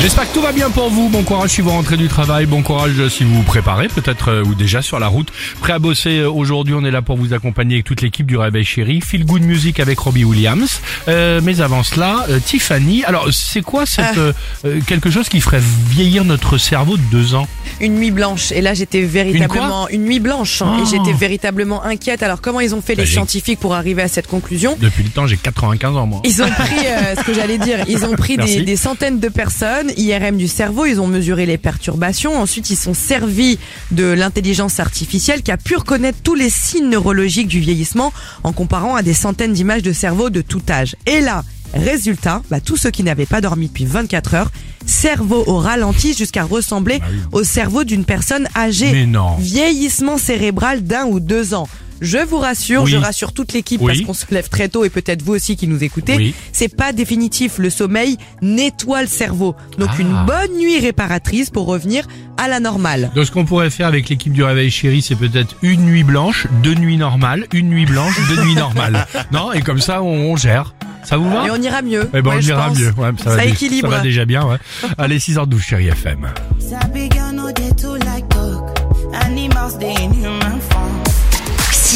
J'espère que tout va bien pour vous. Bon courage si vous rentrez du travail. Bon courage euh, si vous vous préparez, peut-être euh, ou déjà sur la route. Prêt à bosser euh, aujourd'hui. On est là pour vous accompagner avec toute l'équipe du Réveil Chéri. Feel Good Music avec Robbie Williams. Euh, mais avant cela, euh, Tiffany. Alors, c'est quoi Ah. cette euh, euh, quelque chose qui ferait vieillir notre cerveau de deux ans une nuit blanche. Et là, j'étais véritablement une, nuit blanche. hein, Oh. Et j'étais véritablement inquiète. Alors, comment ils ont fait les Magique. scientifiques pour arriver à cette conclusion Depuis le temps, j'ai 95 ans moi. ils ont pris euh, ce que j'allais dire. Ils ont pris Merci. des, des centaines de personnes, IRM du cerveau. Ils ont mesuré les perturbations. Ensuite, ils sont servis de l'intelligence artificielle qui a pu reconnaître tous les signes neurologiques du vieillissement en comparant à des centaines d'images de cerveau de tout âge. Et là, résultat, bah, tous ceux qui n'avaient pas dormi depuis 24 heures, cerveau au ralenti jusqu'à ressembler au cerveau d'une personne âgée. Ah Mais non. Vieillissement cérébral d'un ou deux ans. Je vous rassure, Oui. je rassure toute l'équipe Oui. parce qu'on se lève très tôt et peut-être vous aussi qui nous écoutez. Oui. C'est pas définitif. Le sommeil nettoie le cerveau. Donc Ah. une bonne nuit réparatrice pour revenir à la normale. Donc ce qu'on pourrait faire avec l'équipe du Réveil Chéri, c'est peut-être une nuit blanche, deux nuits normales, une nuit blanche, deux nuits normales. Non Et comme ça, on, on gère. Ça vous va Et on ira mieux. Eh ben, Ouais, on je ira pense. mieux. Ouais, ça va dé- équilibre. Ça va déjà bien, ouais. Allez, 6h12, chérie FM. Sabi girl no dey too like talk. Animals they in human form.